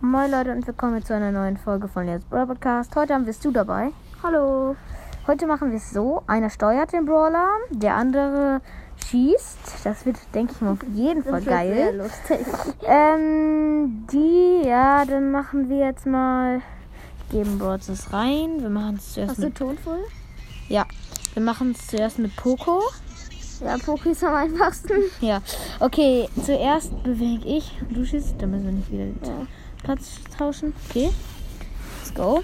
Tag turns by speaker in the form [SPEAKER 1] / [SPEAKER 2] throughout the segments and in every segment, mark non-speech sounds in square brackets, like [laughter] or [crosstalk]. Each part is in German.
[SPEAKER 1] Moin Leute und willkommen zu einer neuen Folge von Let's Brawl Podcast. Heute haben wir Stu dabei.
[SPEAKER 2] Hallo.
[SPEAKER 1] Heute machen wir es so: einer steuert den Brawler, der andere schießt. Das wird, denke ich mal, auf jeden Fall
[SPEAKER 2] Das wird Sehr
[SPEAKER 1] geil. [laughs]
[SPEAKER 2] lustig.
[SPEAKER 1] Ähm, die, ja, dann machen wir jetzt mal. Ich gebe Brawls rein. Wir machen es zuerst
[SPEAKER 2] Hast du
[SPEAKER 1] mit.
[SPEAKER 2] Ton voll?
[SPEAKER 1] Ja, wir machen es zuerst mit Poco.
[SPEAKER 2] Ja, Poki ist am einfachsten.
[SPEAKER 1] Ja, okay, zuerst bewege ich. Du schießt, dann müssen wir nicht wieder den
[SPEAKER 2] [laughs] Ja.
[SPEAKER 1] Platz tauschen. Okay, let's go.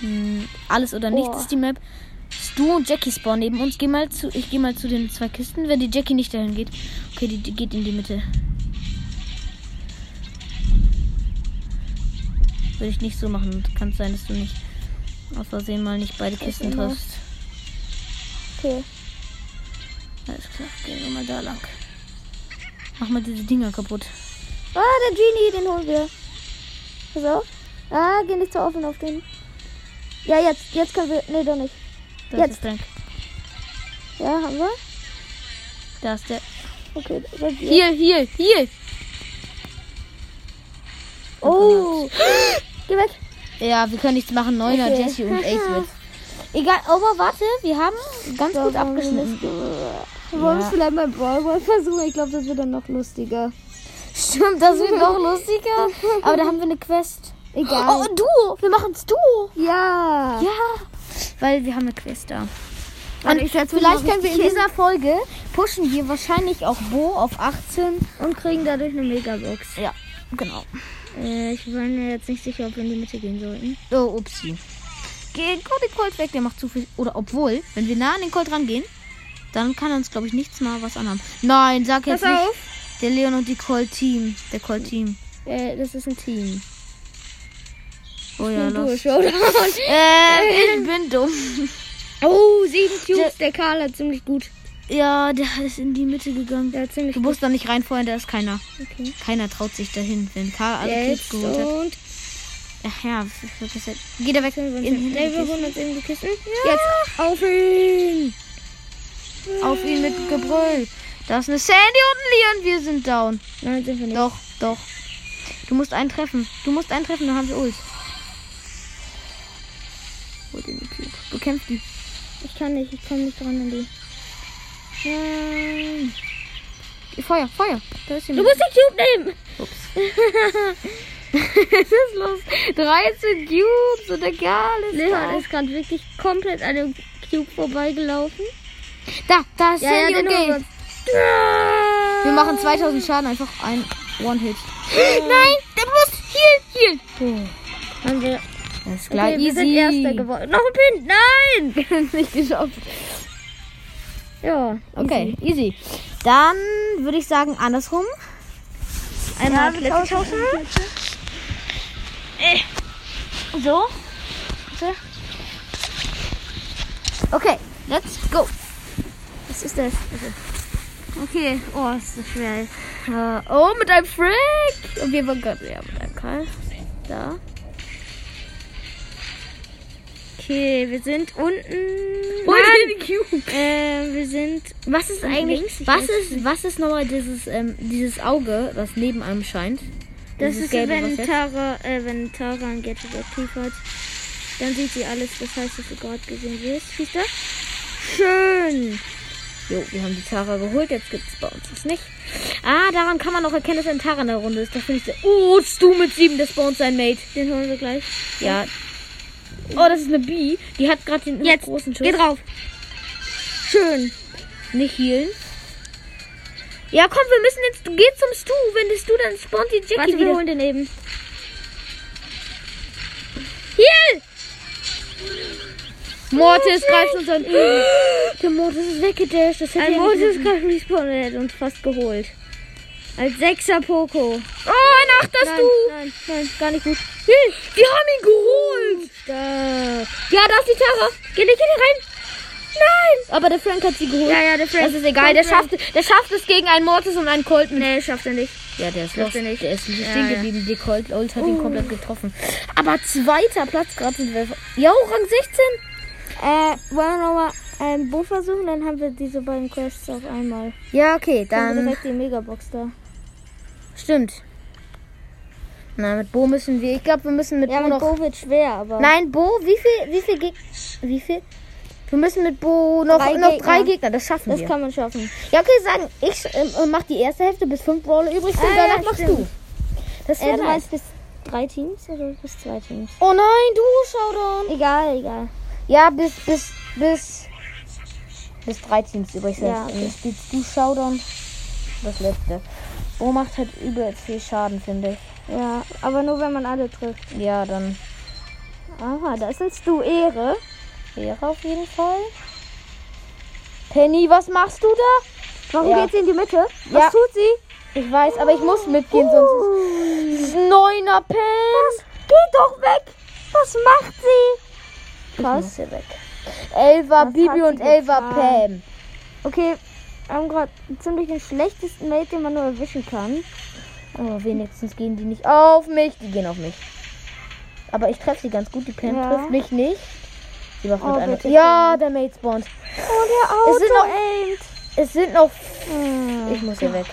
[SPEAKER 1] Hm, Alles oder nichts
[SPEAKER 2] Boah.
[SPEAKER 1] ist die Map. Du und Jackie spawnen neben uns. Geh mal zu, ich gehe mal zu den zwei Kisten, wenn die Jackie nicht dahin geht. Okay, die, die geht in die Mitte. Würde ich nicht so machen. Kann sein, dass du nicht aus Versehen mal nicht beide Kisten
[SPEAKER 2] immer.
[SPEAKER 1] triffst.
[SPEAKER 2] Okay.
[SPEAKER 1] Alles klar, gehen wir mal da lang. Mach mal diese Dinger kaputt.
[SPEAKER 2] Ah, der Genie, den holen wir. Pass auf. Ah, geh nicht zu offen auf den. Ja, jetzt, jetzt können wir. Nee, doch nicht.
[SPEAKER 1] Das
[SPEAKER 2] Jetzt.
[SPEAKER 1] ist dein.
[SPEAKER 2] Ja, haben wir?
[SPEAKER 1] Da ist der.
[SPEAKER 2] Okay, das war dir.
[SPEAKER 1] Hier, hier, hier!
[SPEAKER 2] Oh. [gasps] geh weg.
[SPEAKER 1] Ja, wir können nichts machen. Neuner,
[SPEAKER 2] Okay.
[SPEAKER 1] Jesse und Ace wird. Egal,
[SPEAKER 2] Oh,
[SPEAKER 1] aber warte, wir haben ganz
[SPEAKER 2] So,
[SPEAKER 1] gut
[SPEAKER 2] wollen wir
[SPEAKER 1] abgeschnitten.
[SPEAKER 2] das- Wir wollen es
[SPEAKER 1] Ja.
[SPEAKER 2] vielleicht beim Brawl Ball versuchen. Ich glaube, das wird dann noch lustiger.
[SPEAKER 1] [laughs] Stimmt, das wird [laughs] noch
[SPEAKER 2] [laughs]
[SPEAKER 1] lustiger. Aber da haben wir eine Quest.
[SPEAKER 2] Egal.
[SPEAKER 1] Oh, Duo! Wir machen's Duo!
[SPEAKER 2] ja.
[SPEAKER 1] Ja! Weil wir haben eine Quest da.
[SPEAKER 2] Warte, ich setz mich
[SPEAKER 1] vielleicht
[SPEAKER 2] mal
[SPEAKER 1] können wir in
[SPEAKER 2] richtig
[SPEAKER 1] dieser Folge pushen wir wahrscheinlich auch Bo auf 18.
[SPEAKER 2] Und kriegen dadurch eine Megabox.
[SPEAKER 1] Ja, genau.
[SPEAKER 2] Äh, ich bin mir jetzt nicht sicher, ob wir in die Mitte gehen sollten.
[SPEAKER 1] Oh, upsi. Geh gut den Colt weg, der macht zu viel. Oder obwohl, wenn wir nah an den Colt rangehen, dann kann uns, glaube ich, nichts mal was anhaben. Nein, sag jetzt
[SPEAKER 2] Pass
[SPEAKER 1] nicht.
[SPEAKER 2] auf.
[SPEAKER 1] Der Leon und die Colt-Team. Der Colt-Team.
[SPEAKER 2] Äh, das ist ein Team.
[SPEAKER 1] Oh ja,
[SPEAKER 2] Du,
[SPEAKER 1] los.
[SPEAKER 2] [laughs] Showdown. [laughs]
[SPEAKER 1] Äh, ich bin dumm.
[SPEAKER 2] Oh, sieben Cubes. Der Karl hat ziemlich gut.
[SPEAKER 1] Ja, der ist in die Mitte gegangen.
[SPEAKER 2] Der hat ziemlich
[SPEAKER 1] Du musst da nicht reinfeuern, da ist keiner.
[SPEAKER 2] Okay.
[SPEAKER 1] Keiner traut sich dahin, wenn Karl alle Kills
[SPEAKER 2] Jetzt und...
[SPEAKER 1] geholt hat.
[SPEAKER 2] Nee,
[SPEAKER 1] Ach ja, was wird das jetzt? Geht er weg. In,
[SPEAKER 2] wir
[SPEAKER 1] in,
[SPEAKER 2] holen uns eben die Kisten. Jetzt auf ihn.
[SPEAKER 1] auf ihn mit Gebrüll. Da ist eine Sandy und ein Leon, wir sind down.
[SPEAKER 2] Nein, sind wir nicht.
[SPEAKER 1] Doch, doch. Du musst einen treffen. Du musst einen treffen, dann haben wir Ult. Hol den Cube. Bekämpf die.
[SPEAKER 2] Ich kann nicht. Ich komme nicht dran an die.
[SPEAKER 1] Nein. Feuer, Feuer. Da ist
[SPEAKER 2] Du
[SPEAKER 1] jemand.
[SPEAKER 2] musst den Cube nehmen. [laughs]
[SPEAKER 1] Was ist los? [laughs] 13 Cubes und egal ist
[SPEAKER 2] Leon
[SPEAKER 1] Leon
[SPEAKER 2] ist gerade wirklich komplett an dem Cube vorbeigelaufen. genau,
[SPEAKER 1] da. Da, da ist Sandy und
[SPEAKER 2] holen wir
[SPEAKER 1] Gale.
[SPEAKER 2] uns. Ah.
[SPEAKER 1] Wir machen 2000 Schaden, einfach ein [gasps] One-Hit.
[SPEAKER 2] Nein,
[SPEAKER 1] der muss hier, hier.
[SPEAKER 2] Haben wir...
[SPEAKER 1] Das ist
[SPEAKER 2] Okay,
[SPEAKER 1] gleich
[SPEAKER 2] wir sind Erster
[SPEAKER 1] easy.
[SPEAKER 2] geworden. Noch ein Pin.
[SPEAKER 1] [laughs]
[SPEAKER 2] Nein.
[SPEAKER 1] Nicht geschafft.
[SPEAKER 2] Ja.
[SPEAKER 1] Okay, easy. Dann würde ich sagen, andersrum. Einmal
[SPEAKER 2] Ja, wir
[SPEAKER 1] Plätze tauschen. Äh, So. Warte. Okay, let's go.
[SPEAKER 2] Was ist das?
[SPEAKER 1] Okay, oh, ist so schnell. Äh, oh, mit einem Frick. Und wir waren gerade, ja, mit einem Karl. Da.
[SPEAKER 2] Okay, wir sind unten.
[SPEAKER 1] Und Cube.
[SPEAKER 2] Äh, wir sind.
[SPEAKER 1] Was ist
[SPEAKER 2] Und
[SPEAKER 1] eigentlich,
[SPEAKER 2] links, ich
[SPEAKER 1] was
[SPEAKER 2] weiß
[SPEAKER 1] ist, was ist nochmal dieses, ähm, dieses Auge, was neben einem scheint?
[SPEAKER 2] Das
[SPEAKER 1] Dieses
[SPEAKER 2] ist,
[SPEAKER 1] gelbe, was
[SPEAKER 2] wenn
[SPEAKER 1] jetzt-
[SPEAKER 2] Tara, äh, wenn Tara ein Gadget aktiviert, dann sieht sie alles. Das heißt, dass du gerade gesehen wirst. Siehst du? Schön.
[SPEAKER 1] Jo, wir haben die Tara geholt, jetzt gibt's bei uns das nicht. Ah, daran kann man noch erkennen, dass ein Tara in der Runde ist. Das finde ich sehr. Oh, du mit sieben, das ist bei uns sein Mate.
[SPEAKER 2] Den holen wir gleich.
[SPEAKER 1] Ja. Oh, das ist eine Bee. Die hat gerade den
[SPEAKER 2] Jetzt.
[SPEAKER 1] großen Schuss.
[SPEAKER 2] Geh drauf. Schön.
[SPEAKER 1] Nicht healen. Ja, komm, wir müssen jetzt. Geh zum Stu. Wenn der Stu dann spawnt die Jackie
[SPEAKER 2] Warte, wir
[SPEAKER 1] wieder.
[SPEAKER 2] holen den eben. Hier!
[SPEAKER 1] Mortis
[SPEAKER 2] Oh,
[SPEAKER 1] greift uns an. Der Mortis ist weggedasht. Das hätte
[SPEAKER 2] Ein
[SPEAKER 1] er
[SPEAKER 2] Moses
[SPEAKER 1] nicht
[SPEAKER 2] ist gerade respawned, er hat uns fast geholt. Als Sechser Poco.
[SPEAKER 1] Oh, ein Achter
[SPEAKER 2] nein,
[SPEAKER 1] Stu.
[SPEAKER 2] nein, nein, gar nicht gut.
[SPEAKER 1] Hey, wir haben ihn geholt.
[SPEAKER 2] Stark.
[SPEAKER 1] Ja, da ist die Tara. Geh nicht, geh nicht rein. Nein. Aber der Frank hat sie geholt.
[SPEAKER 2] Ja, ja, der Frank.
[SPEAKER 1] Das ist egal, der
[SPEAKER 2] Frank.
[SPEAKER 1] schafft, der schafft es gegen einen Mortis und einen Colt.
[SPEAKER 2] Nee, schafft er nicht.
[SPEAKER 1] Ja, der ist
[SPEAKER 2] Schafft er nicht.
[SPEAKER 1] Der ist
[SPEAKER 2] Ja,
[SPEAKER 1] stehen
[SPEAKER 2] ja.
[SPEAKER 1] geblieben. Die Colt Old hat ihn komplett getroffen. Aber zweiter Platz gerade sind wir. Ja, Rang 16.
[SPEAKER 2] Äh, wollen wir nochmal einen Bo versuchen? Dann haben wir diese beiden Quests auf einmal.
[SPEAKER 1] Ja, okay,
[SPEAKER 2] Dann haben wir
[SPEAKER 1] dann.
[SPEAKER 2] direkt die Megabox da.
[SPEAKER 1] Stimmt. Na, mit Bo müssen wir. Ich glaube, wir müssen mit
[SPEAKER 2] Ja,
[SPEAKER 1] Bo
[SPEAKER 2] mit
[SPEAKER 1] noch.
[SPEAKER 2] Bo wird schwer, aber.
[SPEAKER 1] Nein, Bo, wie viel, wie viel Geg Wie viel? Wir müssen mit Bo noch
[SPEAKER 2] Drei
[SPEAKER 1] noch
[SPEAKER 2] Gegner.
[SPEAKER 1] drei Gegner, das schaffen
[SPEAKER 2] Das
[SPEAKER 1] wir.
[SPEAKER 2] kann man schaffen.
[SPEAKER 1] Ja, okay, sagen, ich äh, mach die erste Hälfte bis fünf Brawler übrig sind,
[SPEAKER 2] Ah, ja,
[SPEAKER 1] danach machst
[SPEAKER 2] stimmt.
[SPEAKER 1] du. Das
[SPEAKER 2] Äh,
[SPEAKER 1] wäre
[SPEAKER 2] du
[SPEAKER 1] nice.
[SPEAKER 2] meinst bis drei Teams oder bis zwei Teams?
[SPEAKER 1] Oh nein, du Showdown.
[SPEAKER 2] Egal, egal.
[SPEAKER 1] Ja, bis bis bis bis drei Teams übrig sind.
[SPEAKER 2] Ja, okay.
[SPEAKER 1] Dann spielst du Showdown. Das letzte. Bo macht halt übel viel Schaden, finde ich.
[SPEAKER 2] Ja, aber nur wenn man alle trifft.
[SPEAKER 1] Ja, dann
[SPEAKER 2] Aha, das ist du Ehre.
[SPEAKER 1] wäre auf jeden Fall. Penny, was machst du da?
[SPEAKER 2] Warum
[SPEAKER 1] Ja.
[SPEAKER 2] geht sie in die Mitte? Was
[SPEAKER 1] Ja.
[SPEAKER 2] tut sie?
[SPEAKER 1] Ich weiß, aber ich muss mitgehen, sonst
[SPEAKER 2] Uh,
[SPEAKER 1] ist es neuner Pen.
[SPEAKER 2] Geh doch weg! Was macht sie? Krass.
[SPEAKER 1] hier weg. Elva
[SPEAKER 2] Was
[SPEAKER 1] Bibi
[SPEAKER 2] hat sie
[SPEAKER 1] und Elva Pam.
[SPEAKER 2] getan? Okay, wir haben gerade ziemlich den schlechtesten Mate, den man nur erwischen kann.
[SPEAKER 1] Oh, wenigstens gehen die nicht auf mich. Die gehen auf mich. Aber ich treffe sie ganz gut. Die Pam
[SPEAKER 2] Ja.
[SPEAKER 1] trifft mich nicht. Sie macht
[SPEAKER 2] Oh,
[SPEAKER 1] mit einer.
[SPEAKER 2] bitte,
[SPEAKER 1] Ja, der Mate spawnt.
[SPEAKER 2] Oh, der
[SPEAKER 1] Es sind noch-
[SPEAKER 2] Auto-Aimt.
[SPEAKER 1] Es sind noch.
[SPEAKER 2] Hm.
[SPEAKER 1] Ich muss hier weg.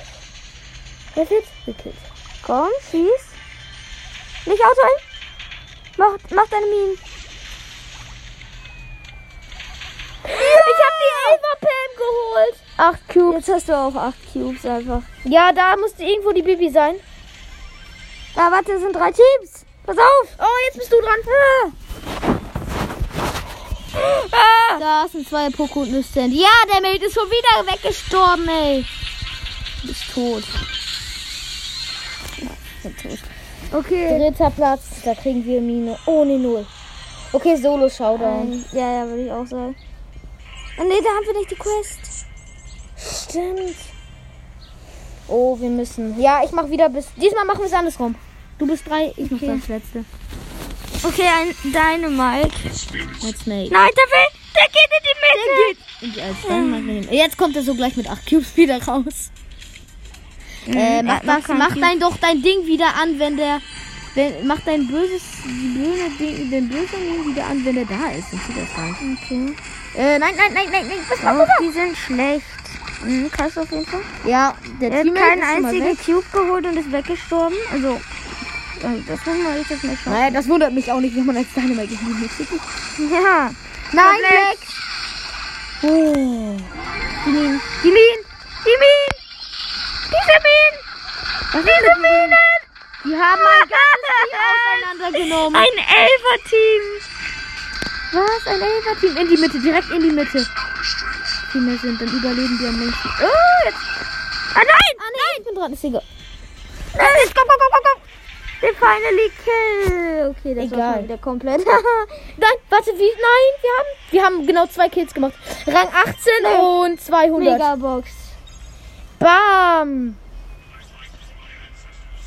[SPEAKER 1] Wer wird gekillt?
[SPEAKER 2] Komm, schieß. Nicht Auto-Aimt. Mach, mach deine Minen.
[SPEAKER 1] Ich habe die Elva Pam geholt. Acht Cubes.
[SPEAKER 2] Jetzt hast du auch acht Cubes einfach.
[SPEAKER 1] Ja, da musste irgendwo die Bibi sein.
[SPEAKER 2] Da, warte, es sind drei Teams. Pass auf.
[SPEAKER 1] Oh, jetzt bist du dran.
[SPEAKER 2] Ah.
[SPEAKER 1] Da sind zwei Pokonüsse. Ja, der Mate ist schon wieder weggestorben, ey. Du bist tot.
[SPEAKER 2] Okay.
[SPEAKER 1] Dritter Platz, da kriegen wir Mine ohne Null. Okay, Solo Showdown.
[SPEAKER 2] Ein, ja, ja, würde ich auch sagen. Ah, nee, da haben wir nicht die Quest.
[SPEAKER 1] Stimmt. Oh, wir müssen. Ja, ich mach wieder bis. Diesmal machen wir es andersrum. Du bist drei, ich mach
[SPEAKER 2] Okay.
[SPEAKER 1] das letzte.
[SPEAKER 2] Okay, ein Dynamite.
[SPEAKER 1] Als Mate.
[SPEAKER 2] Nein, der will. Der geht in die Mitte.
[SPEAKER 1] Und als dann machen wir den- Jetzt kommt er so gleich mit 8 Cubes wieder raus. Äh, mach,
[SPEAKER 2] man
[SPEAKER 1] mach,
[SPEAKER 2] kann
[SPEAKER 1] mach
[SPEAKER 2] Cube-
[SPEAKER 1] dein doch dein Ding wieder an, wenn der. Wenn, mach dein böses, die böse Ding, den bösen Ding wieder an, wenn er da ist. Dann sieht das rein.
[SPEAKER 2] Okay.
[SPEAKER 1] Äh, nein, nein, nein, nein, nein. Was machst
[SPEAKER 2] Oh, die sind schlecht. Mhm, krass auf jeden Fall.
[SPEAKER 1] du? Ja, der
[SPEAKER 2] Er hat
[SPEAKER 1] Teammate
[SPEAKER 2] keinen
[SPEAKER 1] ist schon mal
[SPEAKER 2] einzigen
[SPEAKER 1] weg.
[SPEAKER 2] Cube geholt und ist weggestorben. Also, äh, das muss man sich jetzt nicht schauen.
[SPEAKER 1] Naja, das wundert mich auch nicht, wenn man als Dynamite gegen die Mexiko
[SPEAKER 2] Ja.
[SPEAKER 1] Nein,
[SPEAKER 2] Black.
[SPEAKER 1] Black. Oh.
[SPEAKER 2] Die Minen. Die Minen. Die Minen. Diese Minen.
[SPEAKER 1] Was ist
[SPEAKER 2] Diese
[SPEAKER 1] mit
[SPEAKER 2] Minen. Oh
[SPEAKER 1] Die haben mein ganzes Team auseinandergenommen.
[SPEAKER 2] Ein Elfer-Team.
[SPEAKER 1] was? Ein Elfer-Team in die Mitte, direkt in die Mitte. Die mehr sind, dann überleben die am längsten.
[SPEAKER 2] Oh, jetzt. Ah, nein.
[SPEAKER 1] Ah, nee, ich bin dran, ist egal.
[SPEAKER 2] Nein, jetzt komm, komm, komm, komm, komm. Der Finally Kill. Okay, das war
[SPEAKER 1] Egal.
[SPEAKER 2] schon wieder
[SPEAKER 1] [laughs]
[SPEAKER 2] komplett.
[SPEAKER 1] Nein, warte, wie? Nein, wir haben, wir haben genau zwei Kills gemacht. Rang 18
[SPEAKER 2] Nein.
[SPEAKER 1] und 200.
[SPEAKER 2] Megabox.
[SPEAKER 1] Bam.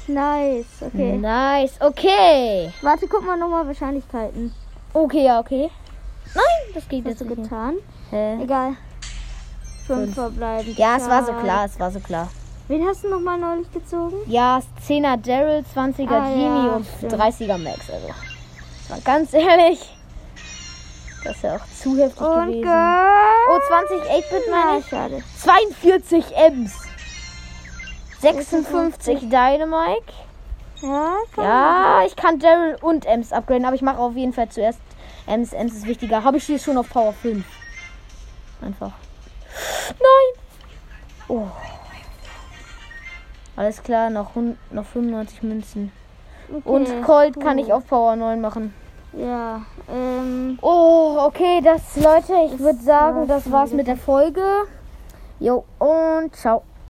[SPEAKER 2] Nice. Okay.
[SPEAKER 1] Hm. Nice, okay.
[SPEAKER 2] Warte, guck mal nochmal Wahrscheinlichkeiten.
[SPEAKER 1] Okay, ja, okay. Nein, das geht
[SPEAKER 2] Was hast
[SPEAKER 1] jetzt
[SPEAKER 2] du
[SPEAKER 1] nicht.
[SPEAKER 2] getan?
[SPEAKER 1] Hä?
[SPEAKER 2] Egal. Fünf
[SPEAKER 1] Fünf.
[SPEAKER 2] verbleiben.
[SPEAKER 1] Ja, es war so klar, es war so klar.
[SPEAKER 2] Wen hast du nochmal neulich gezogen?
[SPEAKER 1] Ja, 10er Daryl, 20er
[SPEAKER 2] Ah,
[SPEAKER 1] Genie
[SPEAKER 2] ja,
[SPEAKER 1] und
[SPEAKER 2] stimmt.
[SPEAKER 1] 30er Max. Also, mal ganz ehrlich, das ist ja auch zu heftig
[SPEAKER 2] Und
[SPEAKER 1] gewesen.
[SPEAKER 2] Girl.
[SPEAKER 1] Oh, 20 8-Bit meine
[SPEAKER 2] Na,
[SPEAKER 1] ich.
[SPEAKER 2] schade.
[SPEAKER 1] 42 Ms. 56 Dynamike.
[SPEAKER 2] Ja, komm.
[SPEAKER 1] Ja, ich kann Daryl und Ms upgraden, aber ich mache auf jeden Fall zuerst Ms. Ms ist wichtiger. Habe ich die schon auf Power 5? Einfach. Nein! Oh. Alles klar, noch, hun- noch 95 Münzen.
[SPEAKER 2] Okay. Hm.
[SPEAKER 1] Und Colt kann ich auf Power 9 machen.
[SPEAKER 2] Ja, ähm,
[SPEAKER 1] Oh, okay, das, Leute, ich würde sagen, das war's mit der Folge. Jo, und ciao.